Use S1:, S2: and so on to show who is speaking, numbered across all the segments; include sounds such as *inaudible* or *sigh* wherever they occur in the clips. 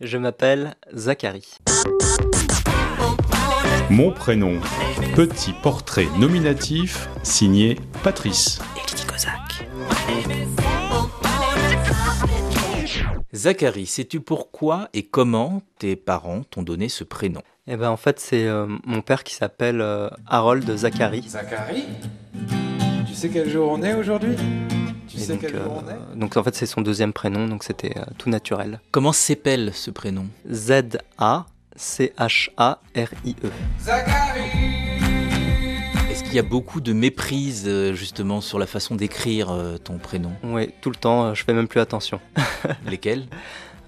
S1: Je m'appelle Zachary.
S2: Mon prénom, petit portrait nominatif signé Patrice.
S3: Zachary, sais-tu pourquoi et comment tes parents t'ont donné ce prénom
S1: Et ben en fait, c'est euh, mon père qui s'appelle euh, Harold Zachary.
S4: Zachary Tu sais quel jour on est aujourd'hui Tu
S1: Et
S4: sais
S1: donc,
S4: quel
S1: euh,
S4: jour on est
S1: donc en fait, c'est son deuxième prénom, donc c'était euh, tout naturel.
S3: Comment s'épelle ce prénom
S1: Z-A-C-H-A-R-I-E.
S3: Est-ce qu'il y a beaucoup de méprise euh, justement sur la façon d'écrire euh, ton prénom
S1: Oui, tout le temps, euh, je fais même plus attention.
S3: Lesquels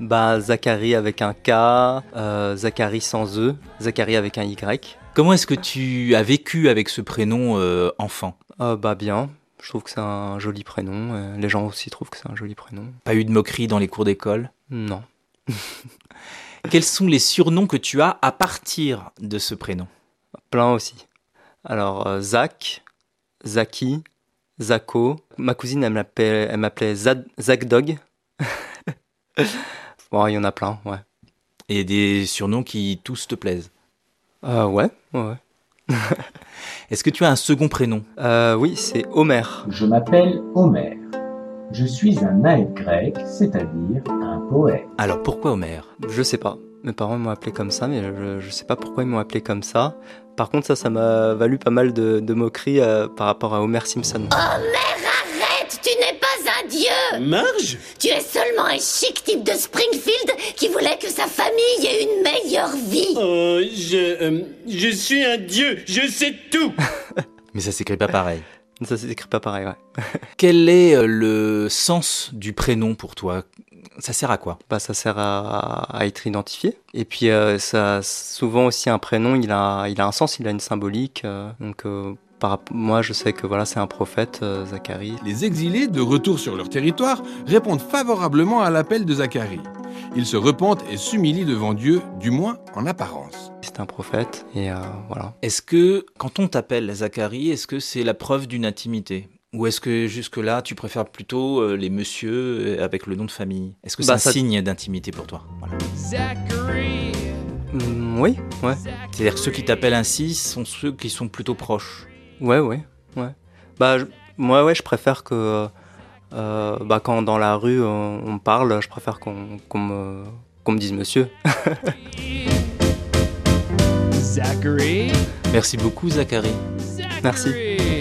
S1: Bah, Zachary avec un K, euh, Zachary sans E, Zachary avec un Y.
S3: Comment est-ce que tu as vécu avec ce prénom euh, enfant
S1: Euh, bah, bien. Je trouve que c'est un joli prénom. euh, Les gens aussi trouvent que c'est un joli prénom.
S3: Pas eu de moquerie dans les cours d'école
S1: Non.
S3: Quels sont les surnoms que tu as à partir de ce prénom
S1: Plein aussi. Alors, euh, Zach, Zaki, Zako. Ma cousine, elle m'appelait, elle m'appelait Zad- Zach Dog. *laughs* bon, il y en a plein, ouais.
S3: Et des surnoms qui tous te plaisent
S1: Euh, ouais, ouais, ouais.
S3: Est-ce que tu as un second prénom
S1: Euh, oui, c'est Homer.
S5: Je m'appelle Homer. Je suis un naïf grec, c'est-à-dire un poète.
S3: Alors pourquoi Homer
S1: Je sais pas. Mes parents m'ont appelé comme ça, mais je, je sais pas pourquoi ils m'ont appelé comme ça. Par contre, ça, ça m'a valu pas mal de, de moqueries euh, par rapport à Homer Simpson.
S6: Arrête, tu n'es pas un dieu
S7: Marge
S6: Tu es seulement un chic type de Springfield qui voulait que sa famille ait une meilleure vie
S7: Oh, je... euh, je suis un dieu, je sais tout
S3: Mais ça s'écrit pas pareil.
S1: Ça s'écrit pas pareil, ouais.
S3: Quel est euh, le sens du prénom pour toi Ça sert à quoi
S1: Bah, ça sert à, à être identifié. Et puis, euh, ça, souvent aussi, un prénom, il a, il a un sens, il a une symbolique. euh, donc, euh, par, rapp- moi, je sais que voilà, c'est un prophète, euh, Zacharie.
S8: Les exilés, de retour sur leur territoire, répondent favorablement à l'appel de Zacharie. Ils se repentent et s'humilient devant Dieu, du moins en apparence.
S1: C'est un prophète, et euh, voilà.
S3: Est-ce que, quand on t'appelle Zachary, est-ce que c'est la preuve d'une intimité Ou est-ce que jusque-là, tu préfères plutôt euh, les messieurs euh, avec le nom de famille Est-ce que c'est
S1: Bah,
S3: un
S1: ça-
S3: signe d'intimité pour toi Voilà.
S1: Hum, oui, ouais.
S3: C'est-à-dire que ceux qui t'appellent ainsi sont ceux qui sont plutôt proches.
S1: Ouais, ouais, ouais. Bah, je- moi, ouais, je préfère que, euh, bah, quand dans la rue on, on me parle, je préfère qu'on qu'on me, qu'on me dise monsieur.
S3: Merci beaucoup, Zachary.
S1: Merci.